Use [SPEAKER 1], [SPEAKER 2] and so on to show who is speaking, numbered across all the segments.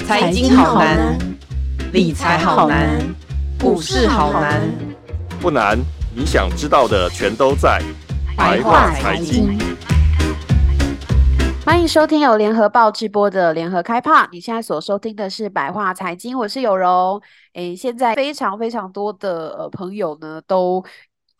[SPEAKER 1] 财经好难，理财好难，股市好难，
[SPEAKER 2] 不难，你想知道的全都在
[SPEAKER 1] 白话财经。
[SPEAKER 3] 欢迎收听由联合报直播的联合开炮。你现在所收听的是白话财经，我是有容。诶，现在非常非常多的呃朋友呢都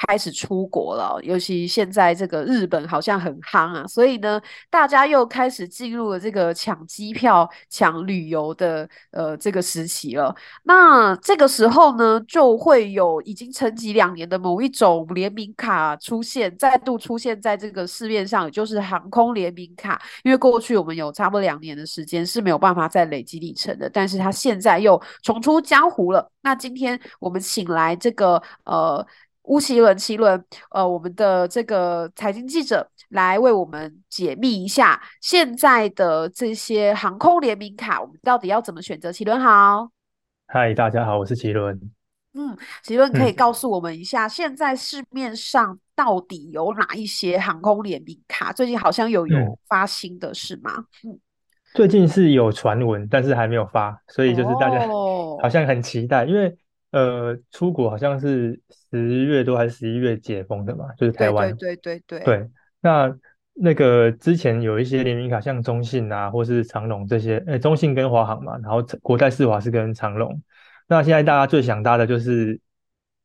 [SPEAKER 3] 开始出国了，尤其现在这个日本好像很夯啊，所以呢大家又开始进入了这个抢机票、抢旅游的呃这个时期了。那这个时候呢，就会有已经沉寂两年的某一种联名卡出现，再度出现在这个市面上，也就是航空联名卡。因为过去我们有差不多两年的时间是没有办法再累积里程的，但是它现在又重出江湖了。那今天我们请来这个呃乌奇伦奇伦，呃，我们的这个财经记者来为我们解密一下现在的这些航空联名卡，我们到底要怎么选择？奇伦好。
[SPEAKER 4] 嗨，大家好，我是奇伦。
[SPEAKER 3] 嗯，奇论可以告诉我们一下，现在市面上到底有哪一些航空联名卡？最近好像有有
[SPEAKER 4] 嗯
[SPEAKER 3] 发新的是吗？嗯，
[SPEAKER 4] 最近是有传闻，但是还没有发，所以就是大家
[SPEAKER 3] 哦
[SPEAKER 4] 好像很期待，因为呃，出国好像是十月多还是十一月解封的嘛，就是台
[SPEAKER 3] 哎对
[SPEAKER 4] 湾。
[SPEAKER 3] 对对对对，
[SPEAKER 4] 对，那那个之前有一些联名卡，像中信啊，或是长荣这些，呃，中信跟华航嘛，然后国泰世华是跟长荣。那现在大家最想搭的就是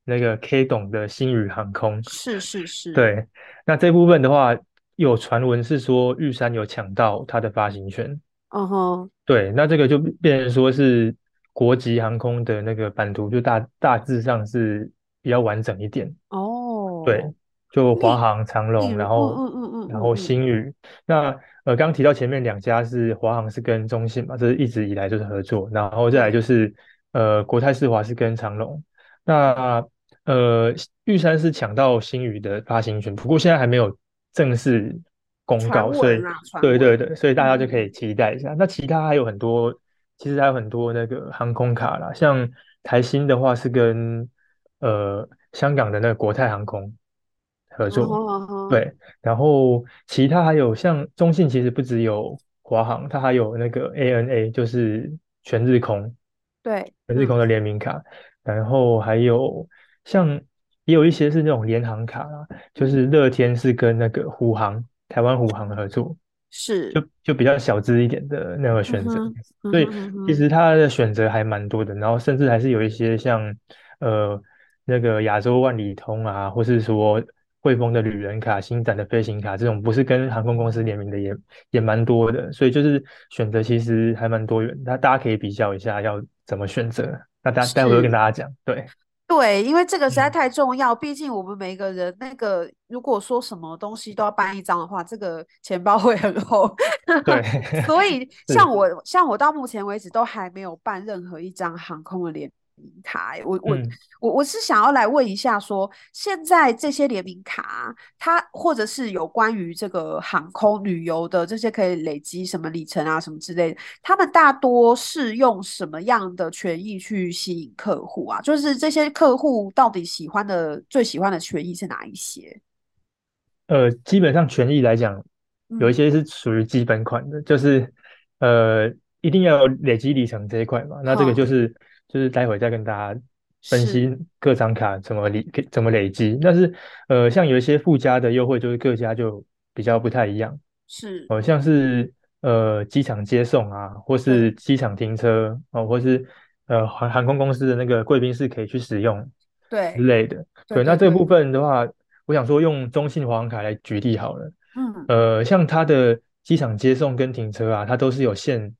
[SPEAKER 4] 那个 K 董的星宇航空。
[SPEAKER 3] 是是是，，
[SPEAKER 4] 对，那这部分的话，有传闻是说玉山有抢到它的发行权。
[SPEAKER 3] 嗯哼，
[SPEAKER 4] 对，那这个就变成说是国际航空的那个版图，就大大致上是比较完整一点。
[SPEAKER 3] 哦，
[SPEAKER 4] 对，就
[SPEAKER 3] 例
[SPEAKER 4] 华航、长
[SPEAKER 3] 例
[SPEAKER 4] 荣，
[SPEAKER 3] 如
[SPEAKER 4] 然
[SPEAKER 3] 嗯
[SPEAKER 4] 后
[SPEAKER 3] 嗯嗯嗯
[SPEAKER 4] 然
[SPEAKER 3] 嗯
[SPEAKER 4] 后
[SPEAKER 3] 嗯
[SPEAKER 4] 星宇。那呃，刚提到前面两家是华航是跟中信嘛，这是一直以来就是合作，然后再来
[SPEAKER 3] 嗯
[SPEAKER 4] 就是呃国泰世华是跟长荣。那呃玉山是抢到星宇的发行权，不过现在还没有正式公
[SPEAKER 3] 传
[SPEAKER 4] 告，所以
[SPEAKER 3] 闻啊传
[SPEAKER 4] 对对
[SPEAKER 3] 闻
[SPEAKER 4] 对，所以大家就
[SPEAKER 3] 嗯
[SPEAKER 4] 可以期待一下。那其他还有很多，其实还有很多那个航空卡啦，像台新的话是跟呃香港的那个国泰航空合
[SPEAKER 3] 嗯
[SPEAKER 4] 作，
[SPEAKER 3] 哼嗯哼，
[SPEAKER 4] 对，然后其他还有像中信，其实不只有华航，它还有那个 ANA，就是全日空，
[SPEAKER 3] 对，
[SPEAKER 4] 全日
[SPEAKER 3] 嗯
[SPEAKER 4] 空的联名卡，然后还有像也有一些是那种联航卡啦，就是乐天是跟那个虎航，台湾虎航合作，
[SPEAKER 3] 是，
[SPEAKER 4] 就就比较小资一点的那个
[SPEAKER 3] 嗯
[SPEAKER 4] 选择。
[SPEAKER 3] 哼嗯
[SPEAKER 4] 所以
[SPEAKER 3] 哼嗯
[SPEAKER 4] 其
[SPEAKER 3] 哼
[SPEAKER 4] 实它的选择还蛮多的，然后甚至还是有一些像呃那个亚洲万里通啊，或是说汇丰的旅人卡、星展的飞行卡这种，不是跟航空公司联名的也也蛮多的，所以就是选择其实还蛮多元，那大家可以比较一下要怎么选择。那待待会儿会
[SPEAKER 3] 是
[SPEAKER 4] 跟大家讲，对，
[SPEAKER 3] 对，因为这个实在
[SPEAKER 4] 嗯
[SPEAKER 3] 太重要，毕竟我们每个人那个，如果说什么东西都要搬一张的话，这个钱包会很厚。
[SPEAKER 4] 对
[SPEAKER 3] 所以
[SPEAKER 4] 是
[SPEAKER 3] 像我，像我到目前为止都还没有办任何一张航空的联名卡欸。我我
[SPEAKER 4] 嗯
[SPEAKER 3] 我我是想要来问一下说，现在这些联名卡，它或者是有关于这个航空旅游的这些可以累积什么里程啊什么之类的，他们大多是用什么样的权益去吸引客户啊？就是这些客户到底喜欢的最喜欢的权益是哪一些？
[SPEAKER 4] 呃，基本上权益来讲，有
[SPEAKER 3] 嗯
[SPEAKER 4] 一些是属于基本款的，就是呃，一定要有累积里程这一块嘛。那这个
[SPEAKER 3] 好
[SPEAKER 4] 就是就是待会再跟大家分
[SPEAKER 3] 是
[SPEAKER 4] 析各张卡怎么累怎么累积。但是呃，像有一些附加的优惠，就是各家就比较不太一样，
[SPEAKER 3] 是
[SPEAKER 4] 好、像是呃机场接送啊，或是机场停车哦，或是呃航航空公司的那个贵宾室可以去使用
[SPEAKER 3] 对
[SPEAKER 4] 之类的。
[SPEAKER 3] 对
[SPEAKER 4] 那
[SPEAKER 3] 对
[SPEAKER 4] 这
[SPEAKER 3] 对
[SPEAKER 4] 个部分的话，我想说用中信华航卡来举例好了。
[SPEAKER 3] 嗯
[SPEAKER 4] 呃，像它的机场接送跟停车啊，它都是有限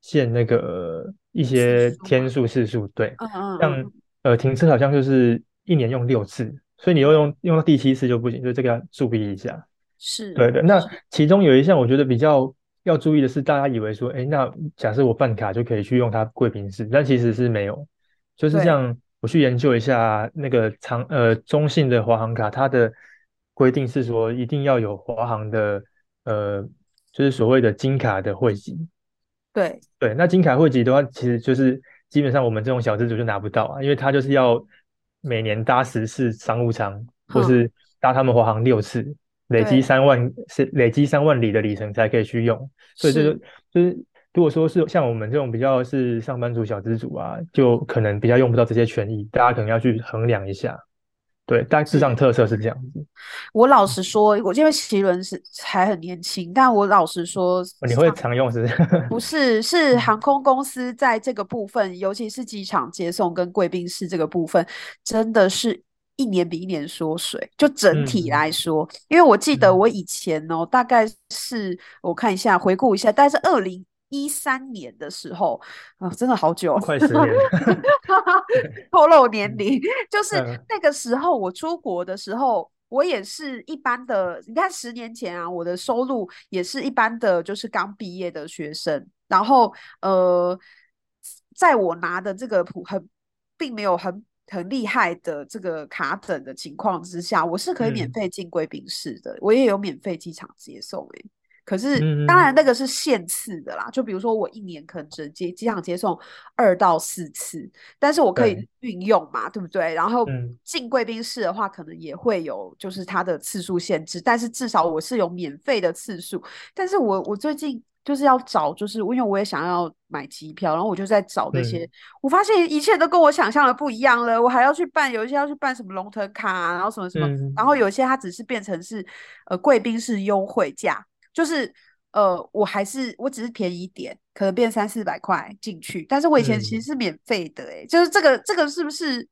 [SPEAKER 4] 限那个一些
[SPEAKER 3] 次数
[SPEAKER 4] 天数次数，对，
[SPEAKER 3] 嗯嗯嗯
[SPEAKER 4] 像呃停车好像就是一年用六次，所以你要用用到第七次就不行，就这个要注意一下。
[SPEAKER 3] 是
[SPEAKER 4] 对的，那其中有一项我觉得比较要注意的是，大家以为说，哎，那假设我办卡就可以去用它贵宾室，但其实是没有。就是
[SPEAKER 3] 对
[SPEAKER 4] 像我去研究一下那个长呃中信的华航卡，它的规定是说一定要有华航的呃，就是所谓的金卡的汇集。
[SPEAKER 3] 对
[SPEAKER 4] 对，那金卡汇集的话，其实就是基本上我们这种小资族就拿不到啊，因为它就是要每年搭十次商务舱，或
[SPEAKER 3] 哼
[SPEAKER 4] 是搭他们华航六次，累积
[SPEAKER 3] 对
[SPEAKER 4] 三万是累积三万里的里程才可以去用，所以这就是就是如果说是像我们这种比较是上班族、小资族啊，就可能比较用不到这些权益，大家可能要去衡量一下。对，大致上特色是这样子。
[SPEAKER 3] 我
[SPEAKER 4] 嗯
[SPEAKER 3] 老实说，我因为奇伦是还很年轻，但我老实说，
[SPEAKER 4] 哦你会常用是不是？
[SPEAKER 3] 不是，是航空公司在这个部分，尤其是机场接送跟贵宾室这个部分，真的是一年比一年缩水。就整体
[SPEAKER 4] 嗯
[SPEAKER 3] 来说，因为我记得
[SPEAKER 4] 嗯
[SPEAKER 3] 我以前哦，大概是我看一下，回顾一下，大概是二零一三年的时候啊，真的好久了，
[SPEAKER 4] 快十年了，
[SPEAKER 3] 透露年龄，就是
[SPEAKER 4] 嗯
[SPEAKER 3] 那个时候我出国的时候，我也是一般的。你看十年前啊，我的收入也是一般的，就是刚毕业的学生。然后呃，在我拿的这个普很，并没有很很厉害的这个卡等的情况之下，我是可以免
[SPEAKER 4] 嗯
[SPEAKER 3] 费进贵宾室的，我也有免费机场接送诶、可是
[SPEAKER 4] 嗯嗯
[SPEAKER 3] 当
[SPEAKER 4] 嗯
[SPEAKER 3] 然那个是限次的啦，就比如说我一年可能只能接机场接送二到四次，但是我可以
[SPEAKER 4] 对
[SPEAKER 3] 运用嘛，对不对？然后
[SPEAKER 4] 嗯
[SPEAKER 3] 进贵宾室的话，可能也会有就是它的次数限制，但是至少我是有免费的次数。但是我我最近就是要找，就是因为我也想要买机票，然后我就在找那些，
[SPEAKER 4] 嗯
[SPEAKER 3] 我发现一切都跟我想象的不一样了。我还要去办，有一些要去办什么龙腾卡啊、然后什么什么，
[SPEAKER 4] 嗯
[SPEAKER 3] 然后有一些它只是变成是呃贵宾室优惠价，就是呃，我还是我只是便宜一点，可能变三四百块进去，但是我以前其
[SPEAKER 4] 嗯
[SPEAKER 3] 实是免费的、欸，就是这个这个是不是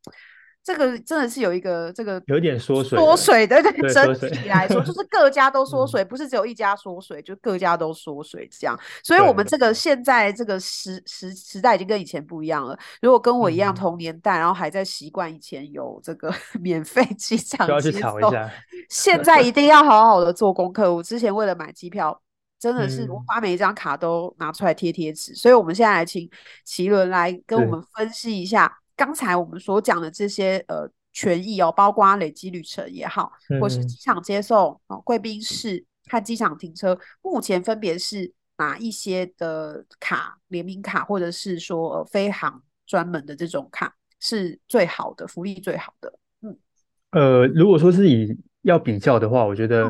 [SPEAKER 3] 这个真的是有一个这个
[SPEAKER 4] 有点缩水
[SPEAKER 3] 缩
[SPEAKER 4] 了
[SPEAKER 3] 水的这个
[SPEAKER 4] 对
[SPEAKER 3] 整
[SPEAKER 4] 缩水
[SPEAKER 3] 体来说， 就是各家都缩
[SPEAKER 4] 嗯
[SPEAKER 3] 水，不是只有一家缩水，就各家都缩水这样。所以我们
[SPEAKER 4] 对
[SPEAKER 3] 这个现在这个时时时代已经跟以前不一样了。如果跟我一样
[SPEAKER 4] 嗯
[SPEAKER 3] 同年代，然后还在习惯以前有这个 免费机场
[SPEAKER 4] 就要去
[SPEAKER 3] 接
[SPEAKER 4] 吵一
[SPEAKER 3] 送，
[SPEAKER 4] 下。
[SPEAKER 3] 现在一定要好好的做功课。我之前为了买机票，真的是我
[SPEAKER 4] 嗯
[SPEAKER 3] 把每一张卡都拿出来贴贴纸，所以我们现在来请奇伦来跟我
[SPEAKER 4] 是
[SPEAKER 3] 们分析一下刚才我们所讲的这些呃权益哦，包括累积旅程也好，或是
[SPEAKER 4] 嗯
[SPEAKER 3] 机场接送哦、贵宾室和机场停车，目前分别是哪一些的卡联名卡，或者是说呃飞航专门的这种卡是最好的，福利最好的。嗯
[SPEAKER 4] 呃，如果说是以要比较的话，我觉得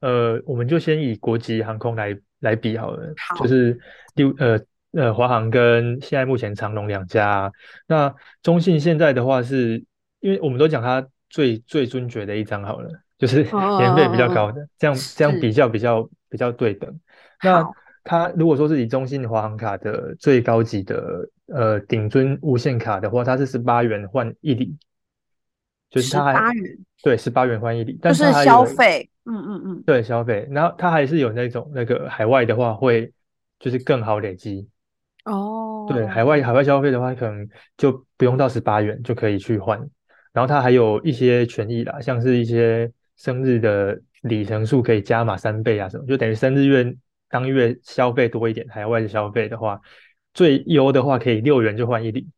[SPEAKER 3] 嗯，
[SPEAKER 4] 呃，我们就先以国际航空来来比好了，
[SPEAKER 3] 好
[SPEAKER 4] 就是例如呃呃，华航跟现在目前长荣两家啊那中信现在的话是，因为我们都讲它最最尊爵的一张好了，就是
[SPEAKER 3] 嗯 嗯
[SPEAKER 4] 年费比较
[SPEAKER 3] 嗯嗯嗯
[SPEAKER 4] 高的，这样这样
[SPEAKER 3] 是
[SPEAKER 4] 比较比较比较对等。那
[SPEAKER 3] 好
[SPEAKER 4] 它如果说是以中信华航卡的最高级的呃顶尊无限卡的话，它是十八元换一里，就是它还
[SPEAKER 3] 18元
[SPEAKER 4] 对十八元换一里，
[SPEAKER 3] 就
[SPEAKER 4] 但它
[SPEAKER 3] 是
[SPEAKER 4] 还
[SPEAKER 3] 消
[SPEAKER 4] 有
[SPEAKER 3] 费，嗯嗯嗯，
[SPEAKER 4] 对消费，然后它还是有那种那个海外的话会就是更好累积，对，海
[SPEAKER 3] 哦，
[SPEAKER 4] 外海外消费的话，可能就不用到十八元就可以去换，然后它还有一些权益啦，像是一些生日的里程数可以加码三倍啊什么，就等于生日月当月消费多一点，海外的消费的话，最优的话可以六元就换一里，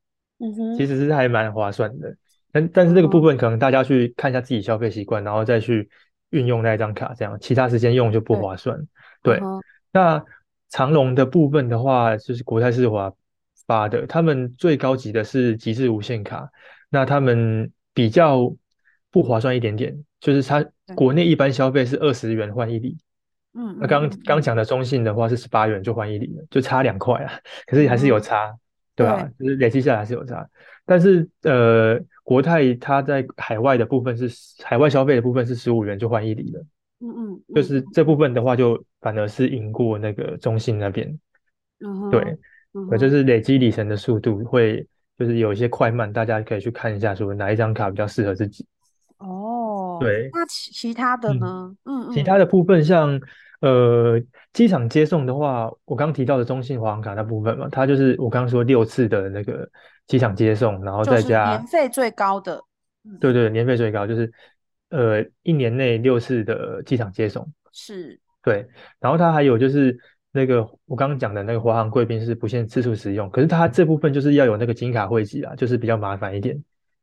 [SPEAKER 3] 嗯哼，
[SPEAKER 4] 其实是还蛮划算的。但但是这个部
[SPEAKER 3] 哦
[SPEAKER 4] 分可能大家去看一下自己消费习惯，然后再去运用那一张卡，这样其他时间用就不
[SPEAKER 3] 对
[SPEAKER 4] 划算。
[SPEAKER 3] 嗯
[SPEAKER 4] 对，
[SPEAKER 3] 哼，
[SPEAKER 4] 那长荣的部分的话，就是国泰世华发的，他们最高级的是极致无限卡，那他们比较不划算一点点，就是它
[SPEAKER 3] 对
[SPEAKER 4] 国内一般消费是二十元换一里，
[SPEAKER 3] 嗯
[SPEAKER 4] 那
[SPEAKER 3] 嗯
[SPEAKER 4] 刚
[SPEAKER 3] 嗯
[SPEAKER 4] 刚
[SPEAKER 3] 嗯，
[SPEAKER 4] 讲的中信的话是十八元就换一里了，就差两块啊，可是还是有
[SPEAKER 3] 嗯，
[SPEAKER 4] 差，对吧、
[SPEAKER 3] 对，
[SPEAKER 4] 就是累积下来还是有差，但是呃，国泰它在海外的部分是海外消费的部分是十五元就换一里了。
[SPEAKER 3] 嗯嗯
[SPEAKER 4] 就
[SPEAKER 3] 嗯
[SPEAKER 4] 是这部分的话，就反而是赢过那个中信那边。
[SPEAKER 3] 嗯
[SPEAKER 4] 对
[SPEAKER 3] 哼，嗯
[SPEAKER 4] 对，就
[SPEAKER 3] 哼，
[SPEAKER 4] 是累积里程的速度会，就是有一些快慢，大家可以去看一下，说哪一张卡比较适合自己。
[SPEAKER 3] 哦，
[SPEAKER 4] 对，
[SPEAKER 3] 那其其他的
[SPEAKER 4] 嗯。
[SPEAKER 3] 呢？嗯
[SPEAKER 4] 其
[SPEAKER 3] 嗯，
[SPEAKER 4] 他的部分像呃机场接送的话，我刚提到的中信华航卡那部分嘛，它就是我刚刚说六次的那个机场接送，然后
[SPEAKER 3] 就
[SPEAKER 4] 再
[SPEAKER 3] 是
[SPEAKER 4] 加
[SPEAKER 3] 年费最高的，嗯，
[SPEAKER 4] 对对年费最高，就是呃一年内六次的机场接送。
[SPEAKER 3] 是，
[SPEAKER 4] 对，然后它还有就是那个我刚刚讲的那个华航贵宾是不限次数使用，可是它这部分就是要有那个金卡汇集啊，就是比较麻烦一点，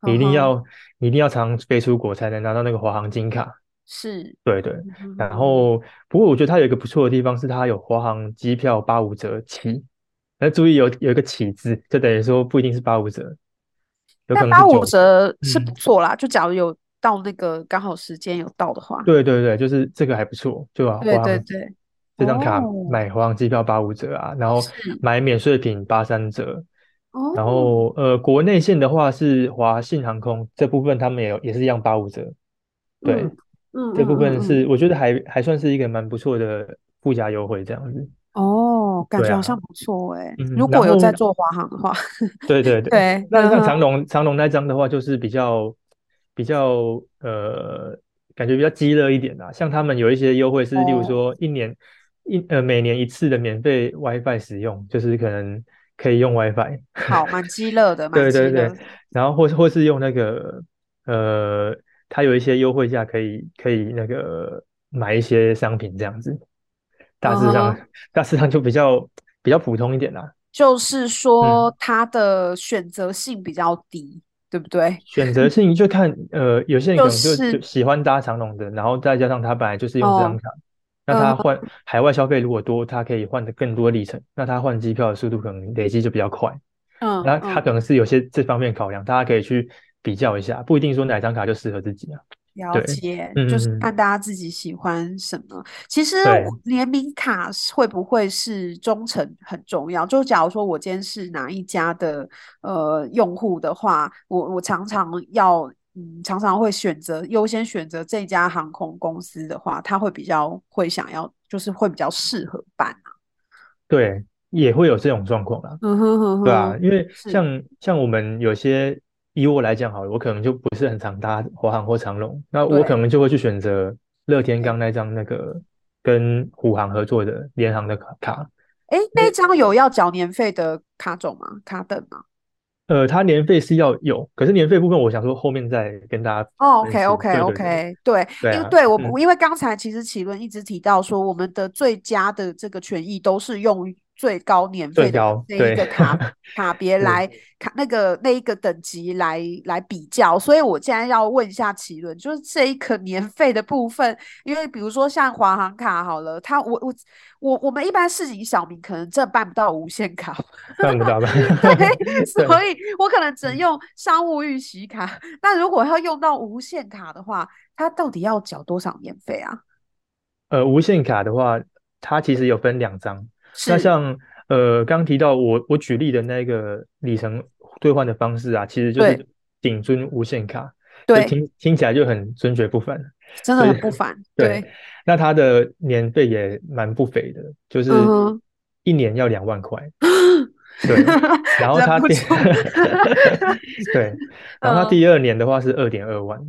[SPEAKER 4] 你
[SPEAKER 3] 嗯
[SPEAKER 4] 一定
[SPEAKER 3] 哼，
[SPEAKER 4] 要你一定要常飞出国才能拿到那个华航金卡。
[SPEAKER 3] 是，
[SPEAKER 4] 对对，
[SPEAKER 3] 嗯哼
[SPEAKER 4] 然
[SPEAKER 3] 哼哼，
[SPEAKER 4] 后不过我觉得它有一个不错的地方是它有华航机票八五折起，那注意有有一个起字，就等于说不一定是八五折，有可
[SPEAKER 3] 但
[SPEAKER 4] 能是
[SPEAKER 3] 八五
[SPEAKER 4] 九折。
[SPEAKER 3] 折是不
[SPEAKER 4] 嗯，
[SPEAKER 3] 错啦，就假如有到那个刚好时间有到的话，
[SPEAKER 4] 对对对，就是这个还不错，就
[SPEAKER 3] 对
[SPEAKER 4] 华
[SPEAKER 3] 对
[SPEAKER 4] 航
[SPEAKER 3] 对，
[SPEAKER 4] 这张卡
[SPEAKER 3] 哦
[SPEAKER 4] 买华航机票八五折啊，然后
[SPEAKER 3] 是
[SPEAKER 4] 买免税品八三折，
[SPEAKER 3] 哦，
[SPEAKER 4] 然后呃，国内线的话是华信航空这部分，他们也有也是一样八五折。对，
[SPEAKER 3] 嗯嗯
[SPEAKER 4] 这部
[SPEAKER 3] 嗯
[SPEAKER 4] 分
[SPEAKER 3] 嗯
[SPEAKER 4] 是我觉得还还算是一个蛮不错的附加优惠这样子。
[SPEAKER 3] 哦，感
[SPEAKER 4] 对
[SPEAKER 3] 觉好
[SPEAKER 4] 啊
[SPEAKER 3] 像不错哎。
[SPEAKER 4] 嗯
[SPEAKER 3] 如
[SPEAKER 4] 然
[SPEAKER 3] 果有在
[SPEAKER 4] 后
[SPEAKER 3] 做华航的话，
[SPEAKER 4] 对对对。
[SPEAKER 3] 对，
[SPEAKER 4] 那像
[SPEAKER 3] 嗯
[SPEAKER 4] 长龙长龙那张的话，就是比较比较呃，感觉比较鸡肋一点啦。像他们有一些优惠是，例如
[SPEAKER 3] 哦
[SPEAKER 4] 说一年一呃每年一次的免费 WiFi 使用，就是可能可以用 WiFi。
[SPEAKER 3] 好， 蛮鸡肋的，蛮
[SPEAKER 4] 对
[SPEAKER 3] 鸡
[SPEAKER 4] 对对
[SPEAKER 3] 肋。
[SPEAKER 4] 然后或是或是用那个呃，它有一些优惠价可以可以那个买一些商品这样子，大致上
[SPEAKER 3] 嗯
[SPEAKER 4] 大致上就比较比较普通一点啦，
[SPEAKER 3] 就是
[SPEAKER 4] 嗯
[SPEAKER 3] 说它的选择性比较低，对不对？
[SPEAKER 4] 选择性就看呃，有些人
[SPEAKER 3] 就
[SPEAKER 4] 可能就是就喜欢搭长龙的，然后再加上他本来就是用这张
[SPEAKER 3] 哦
[SPEAKER 4] 卡，那他换海外消费如果多，他可以换的更多里程，那他换机票的速度可能累积就比较快。
[SPEAKER 3] 嗯
[SPEAKER 4] 那他
[SPEAKER 3] 嗯，
[SPEAKER 4] 可能是有些这方面考量，大家可以去比较一下，不一定说哪张卡就适合自己啊。
[SPEAKER 3] 了
[SPEAKER 4] 对
[SPEAKER 3] 解，就是
[SPEAKER 4] 嗯嗯嗯
[SPEAKER 3] 看大家自己喜欢什么。其实
[SPEAKER 4] 对
[SPEAKER 3] 我联名卡是会不会是忠诚很重要？就假如说我今天是哪一家的呃用户的话，我我常常要嗯常常会选择优先选择这家航空公司的话，他会比较会想要，就是会比较适合办啊。
[SPEAKER 4] 对，也会有这种状况啦，
[SPEAKER 3] 嗯哼哼
[SPEAKER 4] 对啊，
[SPEAKER 3] 哼，
[SPEAKER 4] 因为
[SPEAKER 3] 是
[SPEAKER 4] 像像我们有些以我来讲好了，我可能就不是很常搭华航或长龙，那我
[SPEAKER 3] 对
[SPEAKER 4] 可能就会去选择乐天刚那张那个跟虎航合作的联航的卡卡，
[SPEAKER 3] 哎，那张有要缴年费的卡种吗？卡等吗？
[SPEAKER 4] 呃，它年费是要有，可是年费部分我想说后面再跟大家
[SPEAKER 3] 哦
[SPEAKER 4] 分
[SPEAKER 3] ，OK
[SPEAKER 4] 析
[SPEAKER 3] OK
[SPEAKER 4] 对对
[SPEAKER 3] OK，对，
[SPEAKER 4] 对
[SPEAKER 3] 因为
[SPEAKER 4] 啊
[SPEAKER 3] 对我
[SPEAKER 4] 嗯
[SPEAKER 3] 不因为刚才其实启伦一直提到说，我们的最佳的这个权益都是用于最高年
[SPEAKER 4] 最
[SPEAKER 3] 费的
[SPEAKER 4] 高
[SPEAKER 3] 那一
[SPEAKER 4] 对
[SPEAKER 3] 个 卡卡别
[SPEAKER 4] 是
[SPEAKER 3] 来卡那个那一个等级来来比较，所以我现在要问一下启伦，就是这一个年费的部分，因为比如说像华航卡好了，它我我我我们一般市井小民可能这办不到无限卡，
[SPEAKER 4] 办不到吧？
[SPEAKER 3] 对，所
[SPEAKER 4] 对
[SPEAKER 3] 以我可能只能
[SPEAKER 4] 嗯
[SPEAKER 3] 用商务预习卡。那如果要用到无限卡的话，它到底要缴多少年费啊？
[SPEAKER 4] 呃，无限卡的话，它其实有分两张。那
[SPEAKER 3] 是
[SPEAKER 4] 像呃，刚提到我我举例的那个里程兑换的方式啊，其实就
[SPEAKER 3] 对
[SPEAKER 4] 是顶尊无限卡，就
[SPEAKER 3] 对，
[SPEAKER 4] 听听起来就很尊爵不凡。
[SPEAKER 3] 真的
[SPEAKER 4] 所以
[SPEAKER 3] 很不凡。
[SPEAKER 4] 对，那它的年费也蛮不菲的，就是
[SPEAKER 3] 嗯哼
[SPEAKER 4] 一年要 两万块。对，然后
[SPEAKER 3] 忍
[SPEAKER 4] 它
[SPEAKER 3] 不
[SPEAKER 4] 第
[SPEAKER 3] 住
[SPEAKER 4] 对，然后
[SPEAKER 3] 嗯
[SPEAKER 4] 它第二年的话是二点二万。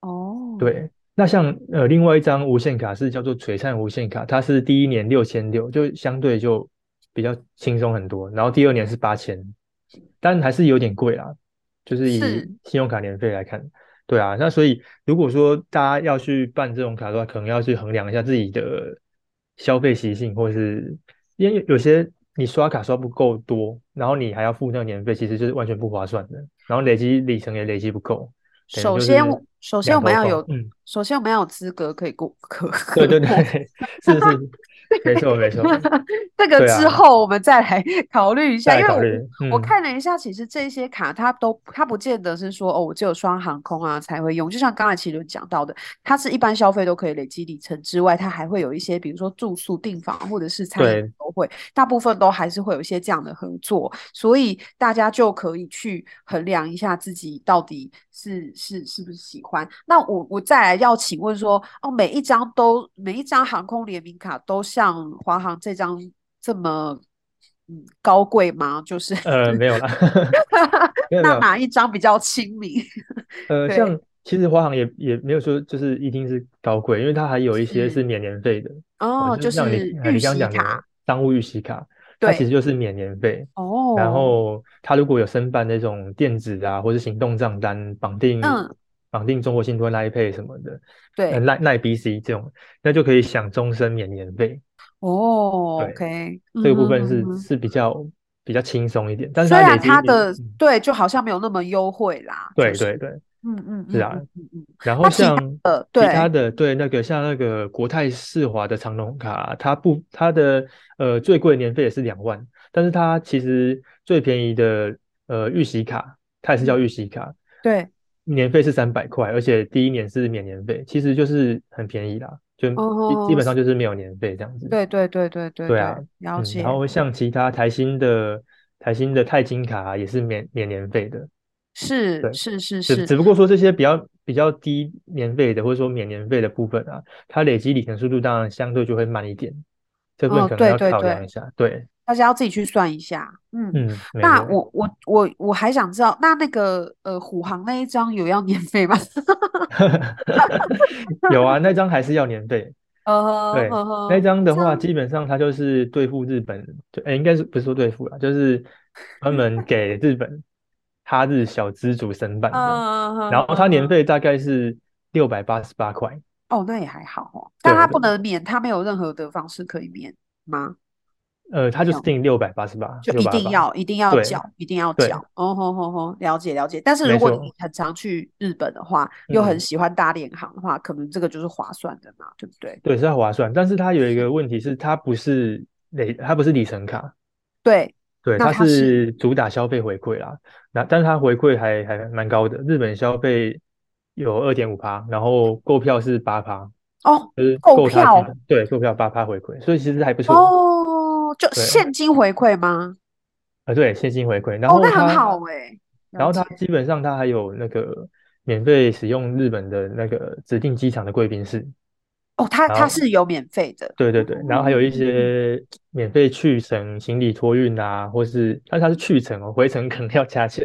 [SPEAKER 3] 哦，，
[SPEAKER 4] 对，那像呃，另外一张无限卡是叫做璀璨无限卡，它是第一年六千六，就相对就比较轻松很多，然后第二年是八千，但还是有点贵啦，就是以
[SPEAKER 3] 是
[SPEAKER 4] 信用卡年费来看，对啊，那所以如果说大家要去办这种卡的话，可能要去衡量一下自己的消费习性，或是因为有些你刷卡刷不够多，然后你还要付那个年费，其实就是完全不划算的，然后累积里程也累积不够。等于
[SPEAKER 3] 首
[SPEAKER 4] 就
[SPEAKER 3] 先
[SPEAKER 4] 是
[SPEAKER 3] 我首先
[SPEAKER 4] 两
[SPEAKER 3] 我们
[SPEAKER 4] 头
[SPEAKER 3] 要
[SPEAKER 4] 空
[SPEAKER 3] 有
[SPEAKER 4] 嗯，
[SPEAKER 3] 首先我们要有资格可以过可
[SPEAKER 4] 对对
[SPEAKER 3] 可
[SPEAKER 4] 对，
[SPEAKER 3] 过
[SPEAKER 4] 是是，没错 没错，
[SPEAKER 3] 这个
[SPEAKER 4] 对
[SPEAKER 3] 之
[SPEAKER 4] 啊
[SPEAKER 3] 后我们再来 考虑一下，
[SPEAKER 4] 再
[SPEAKER 3] 因
[SPEAKER 4] 来
[SPEAKER 3] 为
[SPEAKER 4] 考
[SPEAKER 3] 我
[SPEAKER 4] 虑，
[SPEAKER 3] 我
[SPEAKER 4] 嗯，
[SPEAKER 3] 看了一下，其实这些卡它都它不见得是说哦，我只有双航空啊才会用，就像刚才其实讲到的，它是一般消费都可以累积里程之外，它还会有一些比如说住宿订房或者是餐饮
[SPEAKER 4] 对
[SPEAKER 3] 都会，大部分都还是会有一些这样的合作，所以大家就可以去衡量一下自己到底是是是不是喜欢。那我我再来要请问说，哦，每一张都每一张航空联名卡都像华航这张这么嗯高贵吗？就是
[SPEAKER 4] 呃，没有啦， 没有没
[SPEAKER 3] 那
[SPEAKER 4] 有，
[SPEAKER 3] 哪一张比较亲民？
[SPEAKER 4] 呃，
[SPEAKER 3] 对
[SPEAKER 4] 像其实华航也也没有说就是一定是高贵，因为它还有一些
[SPEAKER 3] 是
[SPEAKER 4] 是免年费的，哦，
[SPEAKER 3] 哦，
[SPEAKER 4] 就是
[SPEAKER 3] 就
[SPEAKER 4] 像你
[SPEAKER 3] 是
[SPEAKER 4] 呃
[SPEAKER 3] 预
[SPEAKER 4] 你刚刚
[SPEAKER 3] 习
[SPEAKER 4] 讲的
[SPEAKER 3] 卡，
[SPEAKER 4] 商务预习卡，它其
[SPEAKER 3] 对
[SPEAKER 4] 实就是免年费，然
[SPEAKER 3] 哦，
[SPEAKER 4] 后它如果有申办那种电子啊或是行动账单绑定
[SPEAKER 3] 嗯，
[SPEAKER 4] 绑定中国信托、Line Pay 什么的，呃
[SPEAKER 3] 对
[SPEAKER 4] Line Line BC 这种，那就可以享终身免年费。
[SPEAKER 3] 哦
[SPEAKER 4] 对
[SPEAKER 3] ，OK，嗯
[SPEAKER 4] 这个部
[SPEAKER 3] 哼
[SPEAKER 4] 分
[SPEAKER 3] 嗯
[SPEAKER 4] 是
[SPEAKER 3] 哼。
[SPEAKER 4] 是比较比较轻松一点，但是
[SPEAKER 3] 虽
[SPEAKER 4] 它
[SPEAKER 3] 然
[SPEAKER 4] 累积
[SPEAKER 3] 它
[SPEAKER 4] 里
[SPEAKER 3] 的
[SPEAKER 4] 嗯
[SPEAKER 3] 对就好像没有那么优惠啦，就
[SPEAKER 4] 对
[SPEAKER 3] 是
[SPEAKER 4] 对对，
[SPEAKER 3] 嗯嗯
[SPEAKER 4] 是
[SPEAKER 3] 嗯
[SPEAKER 4] 啊。
[SPEAKER 3] 嗯嗯嗯，
[SPEAKER 4] 然后
[SPEAKER 3] 那其他
[SPEAKER 4] 像
[SPEAKER 3] 的
[SPEAKER 4] 其他
[SPEAKER 3] 对
[SPEAKER 4] 的，对那个像那个国泰世华的长龙卡，它不它的呃最贵的年费也是两万，但是它其实最便宜的呃预习卡，它也是叫
[SPEAKER 3] 嗯
[SPEAKER 4] 预习卡，
[SPEAKER 3] 对
[SPEAKER 4] 年费是三百块，而且第一年是免年费，其实就是很便宜啦。就
[SPEAKER 3] 哦
[SPEAKER 4] 基基本上就是没有年费这样子。
[SPEAKER 3] 对对对对对
[SPEAKER 4] 对啊
[SPEAKER 3] 了
[SPEAKER 4] 嗯
[SPEAKER 3] 解。
[SPEAKER 4] 然后像其他台新的台新的钛金卡啊也是免免年费的，
[SPEAKER 3] 是
[SPEAKER 4] 对
[SPEAKER 3] 是是
[SPEAKER 4] 只
[SPEAKER 3] 是，
[SPEAKER 4] 只不过说这些比较比较低年费的，或者说免年费的部分啊，它累积里程速度当然相对就会慢一点，这部分
[SPEAKER 3] 哦
[SPEAKER 4] 可能
[SPEAKER 3] 对
[SPEAKER 4] 要
[SPEAKER 3] 对
[SPEAKER 4] 考
[SPEAKER 3] 对
[SPEAKER 4] 量一下。对，
[SPEAKER 3] 大家要自己去算一下。嗯，
[SPEAKER 4] 嗯，没
[SPEAKER 3] 那
[SPEAKER 4] 错。
[SPEAKER 3] 我我我我还想知道，那那个呃虎航那一张有要年费吗？
[SPEAKER 4] 有啊，那张还是要年费。
[SPEAKER 3] 呃，
[SPEAKER 4] 对
[SPEAKER 3] 呵呵
[SPEAKER 4] 那张的
[SPEAKER 3] 这
[SPEAKER 4] 话，
[SPEAKER 3] 样
[SPEAKER 4] 基本上它就是对付日本，就诶应该是不是说对付啦，就是专门给日本哈日小资族申办的。
[SPEAKER 3] 嗯
[SPEAKER 4] 然后它年
[SPEAKER 3] 嗯
[SPEAKER 4] 费大概是六百八十八块，
[SPEAKER 3] 哦，那也还好哦。但
[SPEAKER 4] 对
[SPEAKER 3] 他
[SPEAKER 4] 对
[SPEAKER 3] 不能免，他没有任何的方式可以免吗？
[SPEAKER 4] 呃，它就是
[SPEAKER 3] 有
[SPEAKER 4] 定六百八十八，
[SPEAKER 3] 就
[SPEAKER 4] 六
[SPEAKER 3] 一
[SPEAKER 4] 八
[SPEAKER 3] 定
[SPEAKER 4] 八。
[SPEAKER 3] 要一定要
[SPEAKER 4] 对
[SPEAKER 3] 缴，一定要
[SPEAKER 4] 对
[SPEAKER 3] 缴。哦吼吼吼，了解了解。但是
[SPEAKER 4] 没
[SPEAKER 3] 如果你
[SPEAKER 4] 错
[SPEAKER 3] 很常去日本的话，又很
[SPEAKER 4] 嗯
[SPEAKER 3] 喜欢搭联航的话，可能这个就是划算的嘛，对不对？
[SPEAKER 4] 对，是要划算，但是它有一个问题是，它不是累，它不是里程卡，
[SPEAKER 3] 对，
[SPEAKER 4] 对，
[SPEAKER 3] 那
[SPEAKER 4] 它
[SPEAKER 3] 它是
[SPEAKER 4] 是主打消费回馈啦。那但是它回馈还还蛮高的，日本消费有二点五趴，然后购票是八趴，
[SPEAKER 3] 哦
[SPEAKER 4] 就是
[SPEAKER 3] 购
[SPEAKER 4] 购它基
[SPEAKER 3] 票
[SPEAKER 4] 本对购票八趴回馈，所以其实还不错。
[SPEAKER 3] 哦，就
[SPEAKER 4] 对
[SPEAKER 3] 现金回馈吗？
[SPEAKER 4] 呃，对，现金回馈，然
[SPEAKER 3] 哦，
[SPEAKER 4] 后
[SPEAKER 3] 那很
[SPEAKER 4] 它
[SPEAKER 3] 好哎，
[SPEAKER 4] 然
[SPEAKER 3] 了
[SPEAKER 4] 后它
[SPEAKER 3] 解。
[SPEAKER 4] 基本上它还有那个免费使用日本的那个指定机场的贵宾室，
[SPEAKER 3] 哦，它
[SPEAKER 4] 然
[SPEAKER 3] 它
[SPEAKER 4] 后
[SPEAKER 3] 是有免费的。
[SPEAKER 4] 对对对，然后还有一
[SPEAKER 3] 嗯
[SPEAKER 4] 些免费去程行李托运啊，或是，但是它是去程哦，回程可能要加钱。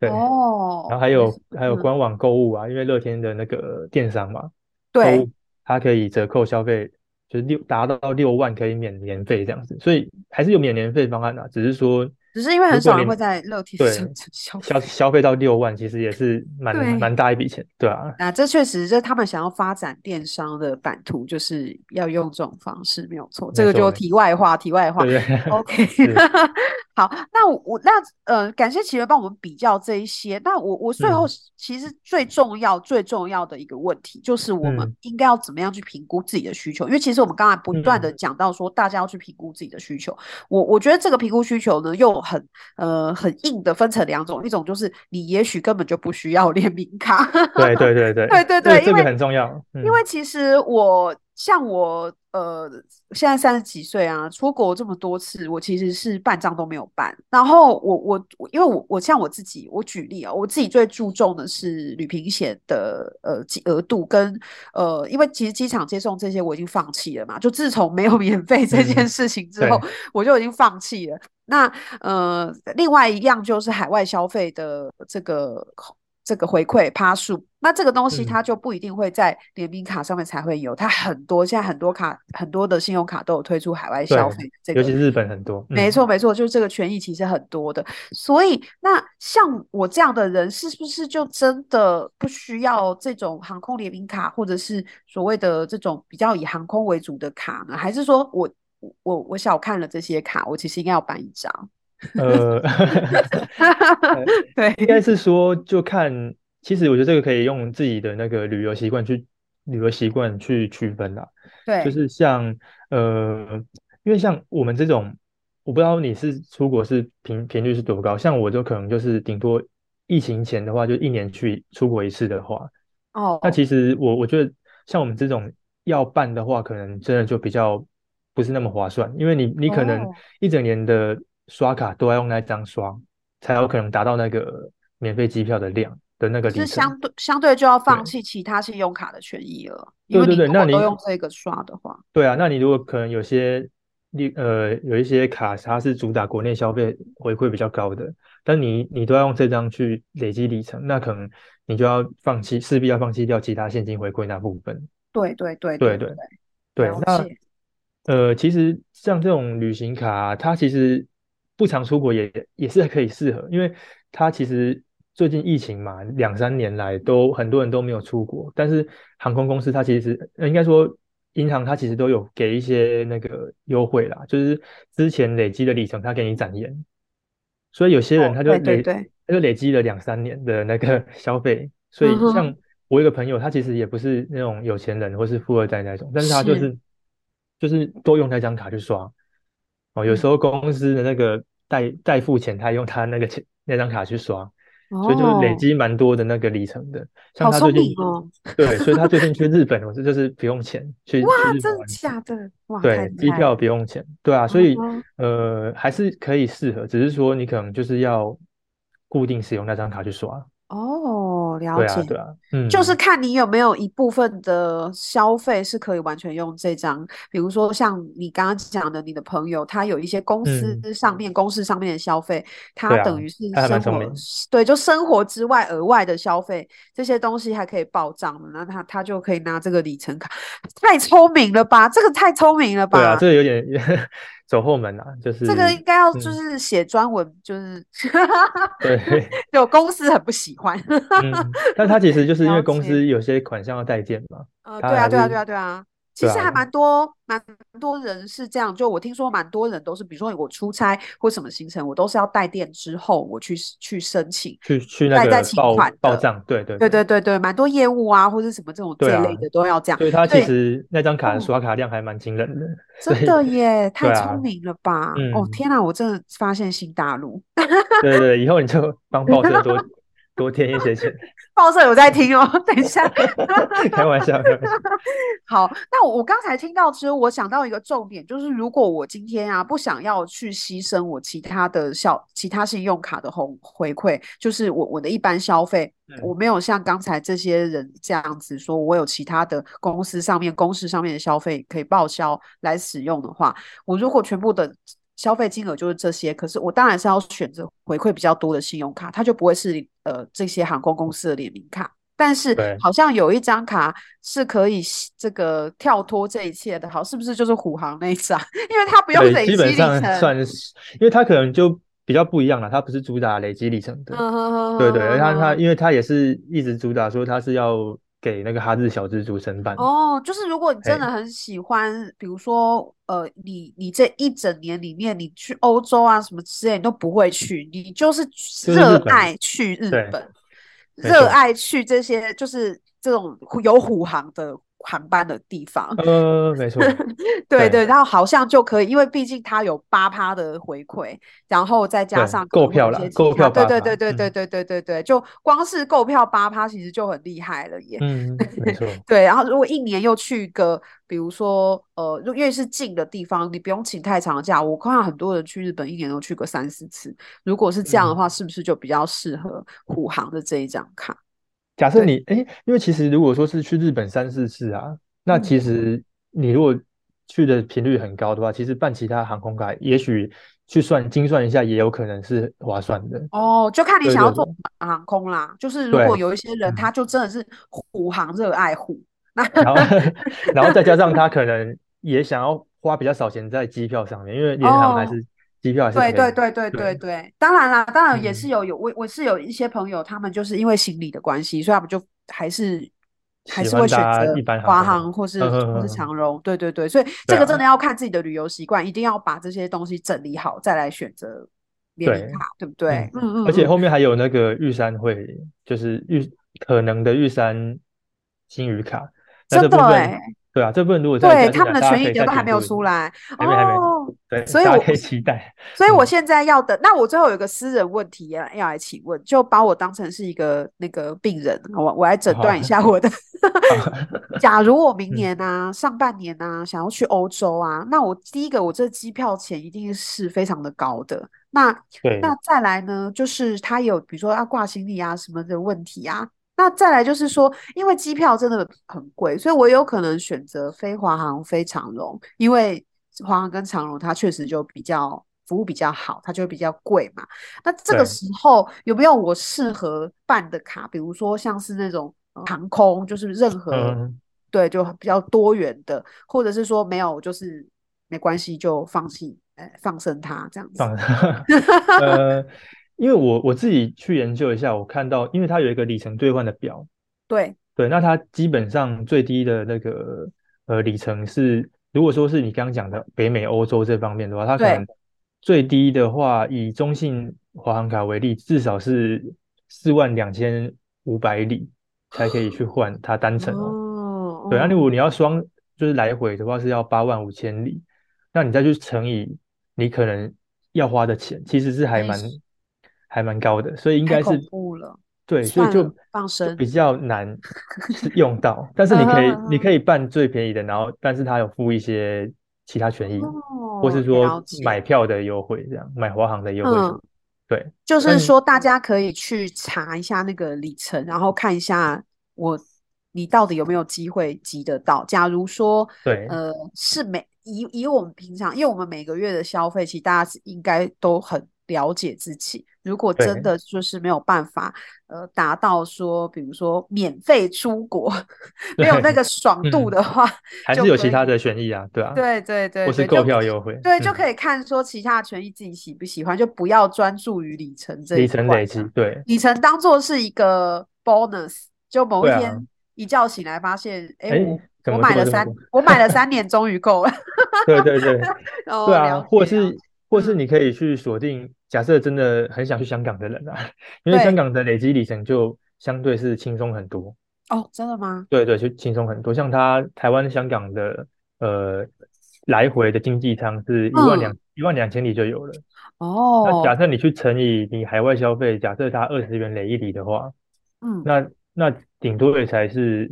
[SPEAKER 4] 对，然后
[SPEAKER 3] 哦，
[SPEAKER 4] 还
[SPEAKER 3] 也
[SPEAKER 4] 有
[SPEAKER 3] 是
[SPEAKER 4] 还有
[SPEAKER 3] 嗯，
[SPEAKER 4] 官网购物啊，因为乐天的那个电商嘛，购
[SPEAKER 3] 对
[SPEAKER 4] 物它可以折扣消费，就是六达到六万可以免年费这样子，所以还是有免年费方案啊，只是说
[SPEAKER 3] 只是因为
[SPEAKER 4] 如
[SPEAKER 3] 很
[SPEAKER 4] 果
[SPEAKER 3] 少人
[SPEAKER 4] 你
[SPEAKER 3] 会在乐天
[SPEAKER 4] 对
[SPEAKER 3] 上消
[SPEAKER 4] 消
[SPEAKER 3] 费。
[SPEAKER 4] 消费到六万，其实也是蛮
[SPEAKER 3] 对
[SPEAKER 4] 蛮大一笔钱，对啊。
[SPEAKER 3] 啊，这确实，这他们想要发展电商的版图，就是要用这种方式，没有错。这个
[SPEAKER 4] 没错
[SPEAKER 3] 就
[SPEAKER 4] 没错
[SPEAKER 3] 题外话，题外话。
[SPEAKER 4] 对不对？
[SPEAKER 3] OK，
[SPEAKER 4] 是，
[SPEAKER 3] 好，那我我那呃，感谢奇源帮我们比较这一些。那我我最后
[SPEAKER 4] 嗯
[SPEAKER 3] 是其实最重要最重要的一个问题，就是我们
[SPEAKER 4] 嗯
[SPEAKER 3] 应该要怎么样去评估自己的需求？因为其实我们刚才不断的
[SPEAKER 4] 嗯
[SPEAKER 3] 讲到说，大家要去评估自己的需求。我我觉得这个评估需求呢，又很呃很硬的分成两种，一种就是你也许根本就不需要 联名卡，
[SPEAKER 4] 对 对对 对，
[SPEAKER 3] 对对
[SPEAKER 4] 这个
[SPEAKER 3] 对，因
[SPEAKER 4] 这个
[SPEAKER 3] 为
[SPEAKER 4] 很重要，
[SPEAKER 3] 因
[SPEAKER 4] 嗯
[SPEAKER 3] 为其实我像我呃，现在三十几岁啊，出国这么多次，我其实是半张都没有办。然后我我我因为我我像我自己，我举例啊、我自己最注重的是旅行险的呃金额度跟呃，因为其实机场接送这些我已经放弃了嘛，就自从没有免费这件
[SPEAKER 4] 嗯，
[SPEAKER 3] 事情之后，
[SPEAKER 4] 对，
[SPEAKER 3] 我就已经放弃了。那呃，另外一样就是海外消费的这个口这个回馈趴数，那这个东西
[SPEAKER 4] 嗯
[SPEAKER 3] 它就不一定会在联名卡上面才会有，它很多现在很多卡很多的信用卡都有推出海外消
[SPEAKER 4] 对，
[SPEAKER 3] 费的这
[SPEAKER 4] 尤其
[SPEAKER 3] 个。
[SPEAKER 4] 是日本很多，
[SPEAKER 3] 没
[SPEAKER 4] 嗯。
[SPEAKER 3] 错，没错，就是这个权益其实很多的，所以那像我这样的人，是不是就真的不需要这种航空联名卡，或者是所谓的这种比较以航空为主的卡呢？还是说我我我小看了这些卡，我其实应该要办一张？
[SPEAKER 4] 呃，呃，
[SPEAKER 3] 对，
[SPEAKER 4] 应该是说就看，其实我觉得这个可以用自己的那个旅游习惯去旅游习惯去区分啦。就
[SPEAKER 3] 对，
[SPEAKER 4] 是像呃，因为像我们这种，我不知道你是出国是频频率是多高，像我就可能就是顶多疫情前的话，就一年去出国一次的话，那
[SPEAKER 3] 哦，
[SPEAKER 4] 其实我我觉得，像我们这种要办的话，可能真的就比较不是那么划算，因为你你可能
[SPEAKER 3] 哦，
[SPEAKER 4] 一整年的刷卡都要用那张刷，才有可能达到那个免费机票的量的那个
[SPEAKER 3] 就是
[SPEAKER 4] 里程。
[SPEAKER 3] 相对相对就要放
[SPEAKER 4] 对
[SPEAKER 3] 弃其他信用卡的权益了，因
[SPEAKER 4] 对
[SPEAKER 3] 为
[SPEAKER 4] 对
[SPEAKER 3] 你
[SPEAKER 4] 对，
[SPEAKER 3] 如
[SPEAKER 4] 那
[SPEAKER 3] 果都
[SPEAKER 4] 你
[SPEAKER 3] 用这个刷的话，
[SPEAKER 4] 对啊，那你如果可能有些例呃有一些卡它是主打国内消费回馈比较高的，但你你都要用这张去累积里程，那可能你就要放弃，势必要放弃掉其他现金回馈那部分。
[SPEAKER 3] 对对对
[SPEAKER 4] 对
[SPEAKER 3] 对
[SPEAKER 4] 对。
[SPEAKER 3] 对，
[SPEAKER 4] 对，
[SPEAKER 3] 了
[SPEAKER 4] 那
[SPEAKER 3] 解，
[SPEAKER 4] 呃，其实像这种旅行卡啊它其实不常出国也也是可以适合，因为它其实最近疫情嘛，两三年来都很多人都没有出国，但是航空公司它其实呃应该说银行它其实都有给一些那个优惠啦，就是之前累积的里程它给你展延，所以有些人
[SPEAKER 3] 哦，
[SPEAKER 4] 他就
[SPEAKER 3] 对对
[SPEAKER 4] 累
[SPEAKER 3] 对，
[SPEAKER 4] 他就累积了两三年的那个 消费，所
[SPEAKER 3] 嗯
[SPEAKER 4] 以像
[SPEAKER 3] 哼，，
[SPEAKER 4] 我有一个朋友，他其实也不是那种有钱人或是富二代那种，但是他就是是就是多用那张卡去刷哦，有时
[SPEAKER 3] 嗯，
[SPEAKER 4] 候公司的那个代代付钱，他用他那个钱那张卡去刷，所以就是累
[SPEAKER 3] 哦
[SPEAKER 4] 积蛮多的那个里程的。像
[SPEAKER 3] 好
[SPEAKER 4] 他最
[SPEAKER 3] 聪
[SPEAKER 4] 近
[SPEAKER 3] 明哦！
[SPEAKER 4] 对，所以他最近去 日本，我这就是不用钱去
[SPEAKER 3] 哇
[SPEAKER 4] 去，日本
[SPEAKER 3] 真的
[SPEAKER 4] 玩。
[SPEAKER 3] 假的？哇，太
[SPEAKER 4] 对，
[SPEAKER 3] 厉
[SPEAKER 4] 机
[SPEAKER 3] 害了！
[SPEAKER 4] 票不用钱，对啊，所以
[SPEAKER 3] 哦
[SPEAKER 4] 呃还是可以适合，只是说你可能就是要固定使用那张卡去刷，
[SPEAKER 3] 哦，了
[SPEAKER 4] 对啊，
[SPEAKER 3] 解，
[SPEAKER 4] 对啊，
[SPEAKER 3] 就是
[SPEAKER 4] 嗯，
[SPEAKER 3] 看你有没有一部分的消费是可以完全用这张，比如说像你刚刚讲的，你的朋友他有一些公司
[SPEAKER 4] 嗯
[SPEAKER 3] 上面、公事上面的消费，他
[SPEAKER 4] 对啊，
[SPEAKER 3] 等于是
[SPEAKER 4] 他还蛮
[SPEAKER 3] 生活
[SPEAKER 4] 聪明，，
[SPEAKER 3] 对，就生活之外额外的消费，这些东西还可以报账的，那他他就可以拿这个里程卡，太聪明了吧？这个太聪明了
[SPEAKER 4] 对啊，
[SPEAKER 3] 吧？
[SPEAKER 4] 这个有点 走后门啊，就
[SPEAKER 3] 这个
[SPEAKER 4] 是
[SPEAKER 3] 应该要就
[SPEAKER 4] 嗯，
[SPEAKER 3] 是写专文，就是
[SPEAKER 4] 对，
[SPEAKER 3] 有公司很不喜欢，
[SPEAKER 4] 嗯，但他其实就是因为
[SPEAKER 3] 了
[SPEAKER 4] 公
[SPEAKER 3] 解。
[SPEAKER 4] 司有些款项要代垫嘛，
[SPEAKER 3] 呃，
[SPEAKER 4] 他
[SPEAKER 3] 对啊，
[SPEAKER 4] 还
[SPEAKER 3] 对啊，
[SPEAKER 4] 是
[SPEAKER 3] 对啊，对啊，其
[SPEAKER 4] 对
[SPEAKER 3] 实
[SPEAKER 4] 啊，
[SPEAKER 3] 还蛮多蛮多人是这样，就我听说蛮多人都是，比如说我出差或什么行程，我都是要带电之后我去去申请，
[SPEAKER 4] 去去那
[SPEAKER 3] 再再
[SPEAKER 4] 个
[SPEAKER 3] 请
[SPEAKER 4] 报
[SPEAKER 3] 款
[SPEAKER 4] 报
[SPEAKER 3] 的。
[SPEAKER 4] 账，对对
[SPEAKER 3] 对
[SPEAKER 4] 对
[SPEAKER 3] 对对对，蛮多业务啊，或者什么这种
[SPEAKER 4] 对
[SPEAKER 3] 这一类
[SPEAKER 4] 啊，
[SPEAKER 3] 的都要这样。
[SPEAKER 4] 所以他其
[SPEAKER 3] 对，
[SPEAKER 4] 实那张卡的
[SPEAKER 3] 哦，
[SPEAKER 4] 刷卡量还蛮惊人的，所
[SPEAKER 3] 真
[SPEAKER 4] 以
[SPEAKER 3] 的耶，
[SPEAKER 4] 对
[SPEAKER 3] 太聪
[SPEAKER 4] 啊，
[SPEAKER 3] 明了吧！哦，
[SPEAKER 4] 嗯。
[SPEAKER 3] 天哪，我真的发现新大陆。
[SPEAKER 4] 对对，以后你就帮报社多多添一些钱，
[SPEAKER 3] 报社有在听哦， 等一下。
[SPEAKER 4] 开玩笑，开玩笑。
[SPEAKER 3] 好，那我我刚才听到，其实我想到一个重点，就是如果我今天啊不想要去牺牲我其他的消其他信用卡的红回馈，就是我我的一般消费，我
[SPEAKER 4] 嗯
[SPEAKER 3] 没有像刚才这些人这样子说，我有其他的公司上面公司上面的消费可以报销来使用的话，我如果全部的消费金额就是这些，可是我当然是要选择回馈比较多的信用卡，它就不会是呃这些航空公司的联名卡。但是
[SPEAKER 4] 对，
[SPEAKER 3] 好像有一张卡是可以吸这个跳脱这一切的，好，是不是就是虎航那一张？ 因为它不用
[SPEAKER 4] 对，
[SPEAKER 3] 累
[SPEAKER 4] 基本
[SPEAKER 3] 积里
[SPEAKER 4] 上
[SPEAKER 3] 程。
[SPEAKER 4] 算是，因为它可能就比较不一样了，它不是主打累积里程
[SPEAKER 3] 嗯哦
[SPEAKER 4] 的，
[SPEAKER 3] 哼哼
[SPEAKER 4] 对
[SPEAKER 3] 哼
[SPEAKER 4] 对，
[SPEAKER 3] 哼
[SPEAKER 4] 而它它
[SPEAKER 3] 哼。
[SPEAKER 4] 因为它也是一直主打说它是要给那个哈日小蜘蛛申办，
[SPEAKER 3] 哦，就是如果你真的
[SPEAKER 4] 哎，
[SPEAKER 3] 很喜欢，比如说，呃，你你这一整年里面，你去欧洲啊什么之类，你都不会去，你就是
[SPEAKER 4] 就是
[SPEAKER 3] 热
[SPEAKER 4] 日本，
[SPEAKER 3] 爱去日
[SPEAKER 4] 对，
[SPEAKER 3] 本，
[SPEAKER 4] 没
[SPEAKER 3] 热
[SPEAKER 4] 错，
[SPEAKER 3] 爱去这些就是这种有虎航的航班的地方。
[SPEAKER 4] 呃，没错，
[SPEAKER 3] 对
[SPEAKER 4] 对
[SPEAKER 3] 对，然后好像就可以，因为毕竟它有八趴的回馈，然后再加
[SPEAKER 4] 对，
[SPEAKER 3] 上可
[SPEAKER 4] 购
[SPEAKER 3] 能会有
[SPEAKER 4] 票
[SPEAKER 3] 一
[SPEAKER 4] 啦，
[SPEAKER 3] 些其
[SPEAKER 4] 购
[SPEAKER 3] 他，
[SPEAKER 4] 票
[SPEAKER 3] 对
[SPEAKER 4] 八
[SPEAKER 3] 对对对
[SPEAKER 4] 趴，
[SPEAKER 3] 对
[SPEAKER 4] 嗯
[SPEAKER 3] 对对对对，就光是购票八趴其实就很厉害了耶。
[SPEAKER 4] 嗯，没错，
[SPEAKER 3] 对，然后如果一年又去个，比如说呃，如因为是近的地方，你不用请太长的假。我看到很多人去日本一年都去个三四次，如果是这样的
[SPEAKER 4] 嗯。
[SPEAKER 3] 话，是不是就比较适合虎航的这一张卡？
[SPEAKER 4] 假设
[SPEAKER 3] 对，
[SPEAKER 4] 你，哎，因为其实如果说是去日本三四次啊，那
[SPEAKER 3] 嗯，
[SPEAKER 4] 其实你如果去的频率很高的话，其实办其他航空卡，也许去算精算一下，也有可能是划算的。
[SPEAKER 3] 哦，就看你
[SPEAKER 4] 对
[SPEAKER 3] 想要
[SPEAKER 4] 对
[SPEAKER 3] 做
[SPEAKER 4] 对
[SPEAKER 3] 哪航空啦。就是如果
[SPEAKER 4] 对，
[SPEAKER 3] 有一些人，他
[SPEAKER 4] 嗯，
[SPEAKER 3] 就真的是虎航热爱虎，那
[SPEAKER 4] 然后 然后再加上他可能也想要花比较少钱在机票上面，因为联航还
[SPEAKER 3] 哦，
[SPEAKER 4] 是机票还是
[SPEAKER 3] 对
[SPEAKER 4] 便
[SPEAKER 3] 对
[SPEAKER 4] 宜。
[SPEAKER 3] 对对对
[SPEAKER 4] 对，
[SPEAKER 3] 对，当然啦，当然也是
[SPEAKER 4] 嗯，
[SPEAKER 3] 有有我我是有一些朋友，他们就是因为行李的关系，所以他们就还是还
[SPEAKER 4] 喜
[SPEAKER 3] 是会
[SPEAKER 4] 欢
[SPEAKER 3] 选
[SPEAKER 4] 搭
[SPEAKER 3] 择
[SPEAKER 4] 一般航
[SPEAKER 3] 华
[SPEAKER 4] 空啊，
[SPEAKER 3] 航或是
[SPEAKER 4] 嗯嗯
[SPEAKER 3] 或是
[SPEAKER 4] 嗯，嗯
[SPEAKER 3] 长荣。对对对，所以
[SPEAKER 4] 对
[SPEAKER 3] 这个真的
[SPEAKER 4] 啊，
[SPEAKER 3] 要看自己的旅游习惯，一定要把这些东西整理好，再来选择联名
[SPEAKER 4] 对。
[SPEAKER 3] 卡，对不对？
[SPEAKER 4] 嗯，
[SPEAKER 3] 嗯嗯
[SPEAKER 4] 而且
[SPEAKER 3] 嗯，
[SPEAKER 4] 后面还有那个玉山会，就是玉可能的玉山金鱼卡，那
[SPEAKER 3] 真的
[SPEAKER 4] 这部分，
[SPEAKER 3] 哎。
[SPEAKER 4] 对啊，这部分如果再
[SPEAKER 3] 对，
[SPEAKER 4] 加进
[SPEAKER 3] 他
[SPEAKER 4] 来，
[SPEAKER 3] 们的
[SPEAKER 4] 大家
[SPEAKER 3] 权益
[SPEAKER 4] 可以
[SPEAKER 3] 金
[SPEAKER 4] 再
[SPEAKER 3] 都还
[SPEAKER 4] 评
[SPEAKER 3] 没有
[SPEAKER 4] 估，
[SPEAKER 3] 出来
[SPEAKER 4] 还没还没，
[SPEAKER 3] 哦，
[SPEAKER 4] 对，
[SPEAKER 3] 所以
[SPEAKER 4] 大
[SPEAKER 3] 我
[SPEAKER 4] 家可
[SPEAKER 3] 我
[SPEAKER 4] 以
[SPEAKER 3] 是，
[SPEAKER 4] 期待，
[SPEAKER 3] 所以我
[SPEAKER 4] 嗯，
[SPEAKER 3] 现在要的，那我最后有个私人问题要要来请问，就把我当成是一个那个病人，我我来
[SPEAKER 4] 好
[SPEAKER 3] 诊断一
[SPEAKER 4] 好，
[SPEAKER 3] 下 我的。假如我明
[SPEAKER 4] 嗯，
[SPEAKER 3] 年啊，上半年啊，想要去欧洲啊，那我第一个，我这机票钱一定是非常的高的。那那
[SPEAKER 4] 对，
[SPEAKER 3] 再来呢，就是他有比如说要挂行李啊什么的问题啊。那再来就是说，因为机票真的很贵，所以我有可能选择飞华航、飞长荣，因为华航跟长荣它确实就比较服务比较好，它就比较贵嘛。那这个
[SPEAKER 4] 对，
[SPEAKER 3] 时候有没有我适合办的卡？比如说像是那种呃航空，就是任何
[SPEAKER 4] 嗯，
[SPEAKER 3] 对就比较多元的，或者是说没有，就是没关系，就放弃，呃，放生它这样子。
[SPEAKER 4] 放，呃， 因为我我自己去研究一下，我看到，因为它有一个里程兑换的表，
[SPEAKER 3] 对，
[SPEAKER 4] 对，那它基本上最低的那个呃里程是，如果说是你刚刚讲的北美、欧洲这方面的话，它可
[SPEAKER 3] 对，
[SPEAKER 4] 能最低的话，以中信华航卡为例，至少是四万两千五百 里才可以去换它单程哦。对，那
[SPEAKER 3] 哦，
[SPEAKER 4] 如
[SPEAKER 3] 哦，
[SPEAKER 4] 果你要双就是来回的话，是要八万五千里，那你再去乘以你可能要花的钱，其实是还
[SPEAKER 3] 哎，
[SPEAKER 4] 蛮，还蛮高的，所以应
[SPEAKER 3] 太
[SPEAKER 4] 该是
[SPEAKER 3] 恐怖了。
[SPEAKER 4] 对，所以
[SPEAKER 3] 算
[SPEAKER 4] 就
[SPEAKER 3] 了放
[SPEAKER 4] 就
[SPEAKER 3] 生
[SPEAKER 4] 比较难用到。 但是你可以
[SPEAKER 3] 嗯哼嗯
[SPEAKER 4] 你
[SPEAKER 3] 哼
[SPEAKER 4] 可以办最便宜的，然后但是它有附一些其他权益，嗯或是
[SPEAKER 3] 哦
[SPEAKER 4] 说
[SPEAKER 3] 了解
[SPEAKER 4] 买票的优惠，这样买华航的优惠什么
[SPEAKER 3] 嗯
[SPEAKER 4] 的。对，
[SPEAKER 3] 就
[SPEAKER 4] 那
[SPEAKER 3] 是
[SPEAKER 4] 你
[SPEAKER 3] 说，大家可以去查一下那个里程，然后看一下我你到底有没有机会集得到。假如说，
[SPEAKER 4] 对
[SPEAKER 3] 呃，是每以以我们平常，因为我们每个月的消费，其实大家是应该都很了解自己。如果真
[SPEAKER 4] 对
[SPEAKER 3] 的就是没有办法，呃，达到说，比如说免费出国， 没有那
[SPEAKER 4] 对
[SPEAKER 3] 个爽度
[SPEAKER 4] 嗯
[SPEAKER 3] 的话，
[SPEAKER 4] 还
[SPEAKER 3] 就是
[SPEAKER 4] 有
[SPEAKER 3] 可
[SPEAKER 4] 其他
[SPEAKER 3] 以
[SPEAKER 4] 的权益啊，对啊，
[SPEAKER 3] 对对对
[SPEAKER 4] 或是
[SPEAKER 3] 对，就
[SPEAKER 4] 购票优惠，
[SPEAKER 3] 对，就
[SPEAKER 4] 嗯
[SPEAKER 3] 可以看说其他的权益自己喜不喜欢，就不要专注于里程这一
[SPEAKER 4] 里程
[SPEAKER 3] 块
[SPEAKER 4] 累
[SPEAKER 3] 这
[SPEAKER 4] 积
[SPEAKER 3] 样，，
[SPEAKER 4] 对
[SPEAKER 3] 里程当做是一个 bonus，就某一
[SPEAKER 4] 对啊
[SPEAKER 3] 天一觉醒来发现，哎，
[SPEAKER 4] 哎
[SPEAKER 3] 我
[SPEAKER 4] 怎
[SPEAKER 3] 我
[SPEAKER 4] 么
[SPEAKER 3] 买
[SPEAKER 4] 这么
[SPEAKER 3] 了
[SPEAKER 4] 多
[SPEAKER 3] 三
[SPEAKER 4] 个，
[SPEAKER 3] 我买了三年，终于够了。
[SPEAKER 4] 对 对对。
[SPEAKER 3] 哦，
[SPEAKER 4] 对
[SPEAKER 3] 了
[SPEAKER 4] 啊，或
[SPEAKER 3] 解了
[SPEAKER 4] 是或是
[SPEAKER 3] 嗯
[SPEAKER 4] 你可以去锁定，假设真的很想去香港的人啊，因为香
[SPEAKER 3] 对
[SPEAKER 4] 港的累积里程就相对是轻松很多，
[SPEAKER 3] 哦，真的吗？
[SPEAKER 4] 对对，就轻松很多。像它台湾香港的呃来回的经济舱是一万两
[SPEAKER 3] 嗯
[SPEAKER 4] 一万两千里就有了，那
[SPEAKER 3] 哦，
[SPEAKER 4] 假设你去乘以你海外消费，假设它二十元累一里的话，
[SPEAKER 3] 嗯，
[SPEAKER 4] 那那顶多也才是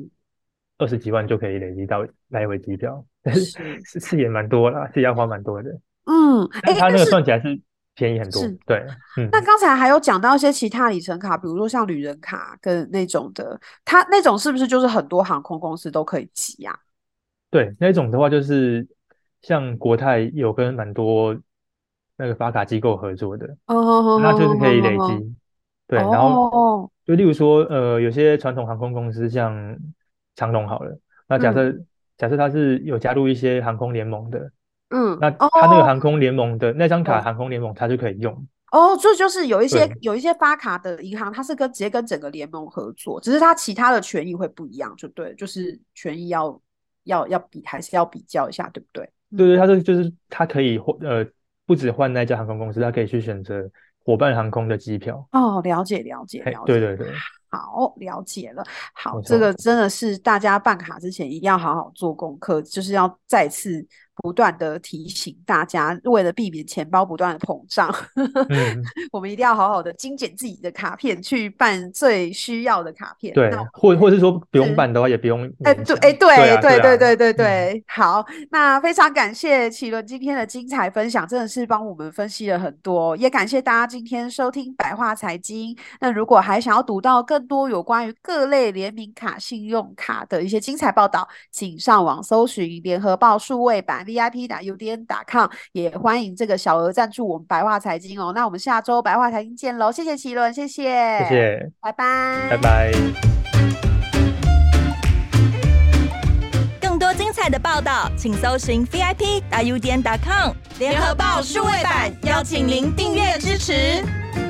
[SPEAKER 4] 二十几万就可以累积到来回机票，但是
[SPEAKER 3] 是，
[SPEAKER 4] 是是也蛮多啦，是要花蛮多的。
[SPEAKER 3] 嗯，
[SPEAKER 4] 但
[SPEAKER 3] 哎，
[SPEAKER 4] 它
[SPEAKER 3] 但
[SPEAKER 4] 那个
[SPEAKER 3] 是
[SPEAKER 4] 算起来是便宜很多
[SPEAKER 3] 是，
[SPEAKER 4] 对，嗯，
[SPEAKER 3] 那刚才还有讲到一些其他里程卡，比如说像旅人卡跟那种的，它那种是不是就是很多航空公司都可以啊集呀？
[SPEAKER 4] 对，那种的话就是像国泰有跟蛮多那个发卡机构合作的，
[SPEAKER 3] 哦，哼哼
[SPEAKER 4] 那
[SPEAKER 3] 哼
[SPEAKER 4] 就是
[SPEAKER 3] 哼
[SPEAKER 4] 可以
[SPEAKER 3] 哼
[SPEAKER 4] 累
[SPEAKER 3] 哼哼
[SPEAKER 4] 积，对，然后
[SPEAKER 3] 哦，
[SPEAKER 4] 就例如说，呃，有些传统航空公司像长龙好了，那假
[SPEAKER 3] 嗯
[SPEAKER 4] 设假设它是有加入一些航空联盟的，
[SPEAKER 3] 嗯，
[SPEAKER 4] 那
[SPEAKER 3] 哦
[SPEAKER 4] 它那个航空联盟的那张卡，
[SPEAKER 3] 懂
[SPEAKER 4] 航空联盟它就可以用，
[SPEAKER 3] 哦，这就是有一些
[SPEAKER 4] 对。
[SPEAKER 3] 有一些发卡的银行，它是跟直接跟整个联盟合作，只是它其他的权益会不一样，就对，就是权益要要要比还是要比较一下，对不对？
[SPEAKER 4] 对
[SPEAKER 3] 嗯，
[SPEAKER 4] 对，它这就是它可以换呃，不止换那家航空公司，它可以去选择伙伴航空的机票。
[SPEAKER 3] 哦，了解了解
[SPEAKER 4] 嘿，
[SPEAKER 3] 了
[SPEAKER 4] 对
[SPEAKER 3] 解，
[SPEAKER 4] 对对，
[SPEAKER 3] 好，了解了，好，
[SPEAKER 4] 没
[SPEAKER 3] 这
[SPEAKER 4] 错，
[SPEAKER 3] 个真的是大家办卡之前一定要好好做功课，就是要再次不断的提醒大家，为了避免钱包不断的膨胀，
[SPEAKER 4] 嗯，
[SPEAKER 3] 我们一定要好好的精简自己的卡片，去办最需要的卡片。那
[SPEAKER 4] 对，
[SPEAKER 3] 我
[SPEAKER 4] 或或是说不用
[SPEAKER 3] 是
[SPEAKER 4] 办的话，也不用
[SPEAKER 3] 哎，
[SPEAKER 4] 勉
[SPEAKER 3] 对，哎，
[SPEAKER 4] 强。对
[SPEAKER 3] 对，
[SPEAKER 4] 啊，
[SPEAKER 3] 对，
[SPEAKER 4] 对
[SPEAKER 3] 对，
[SPEAKER 4] 啊，
[SPEAKER 3] 对，对，
[SPEAKER 4] 嗯，
[SPEAKER 3] 对，好，那非常感谢奇伦今天的精彩分享，真的是帮我们分析了很多，也感谢大家今天收听百话财经。那如果还想要读到更多有关于各类联名卡、信用卡的一些精彩报道，请上网搜寻联合报数位版 VIP 打 UDN 打 com，也欢迎这个小额赞助我们百话财经哦。那我们下周百话财经见喽，谢谢奇伦，谢
[SPEAKER 4] 谢
[SPEAKER 3] 谢，
[SPEAKER 4] 谢，
[SPEAKER 3] 拜
[SPEAKER 4] 拜
[SPEAKER 3] 拜。
[SPEAKER 4] 拜。
[SPEAKER 1] 更多精彩的报道，请搜寻 VIP 大 U 点 .com 联合报数位版，邀请您订阅支持。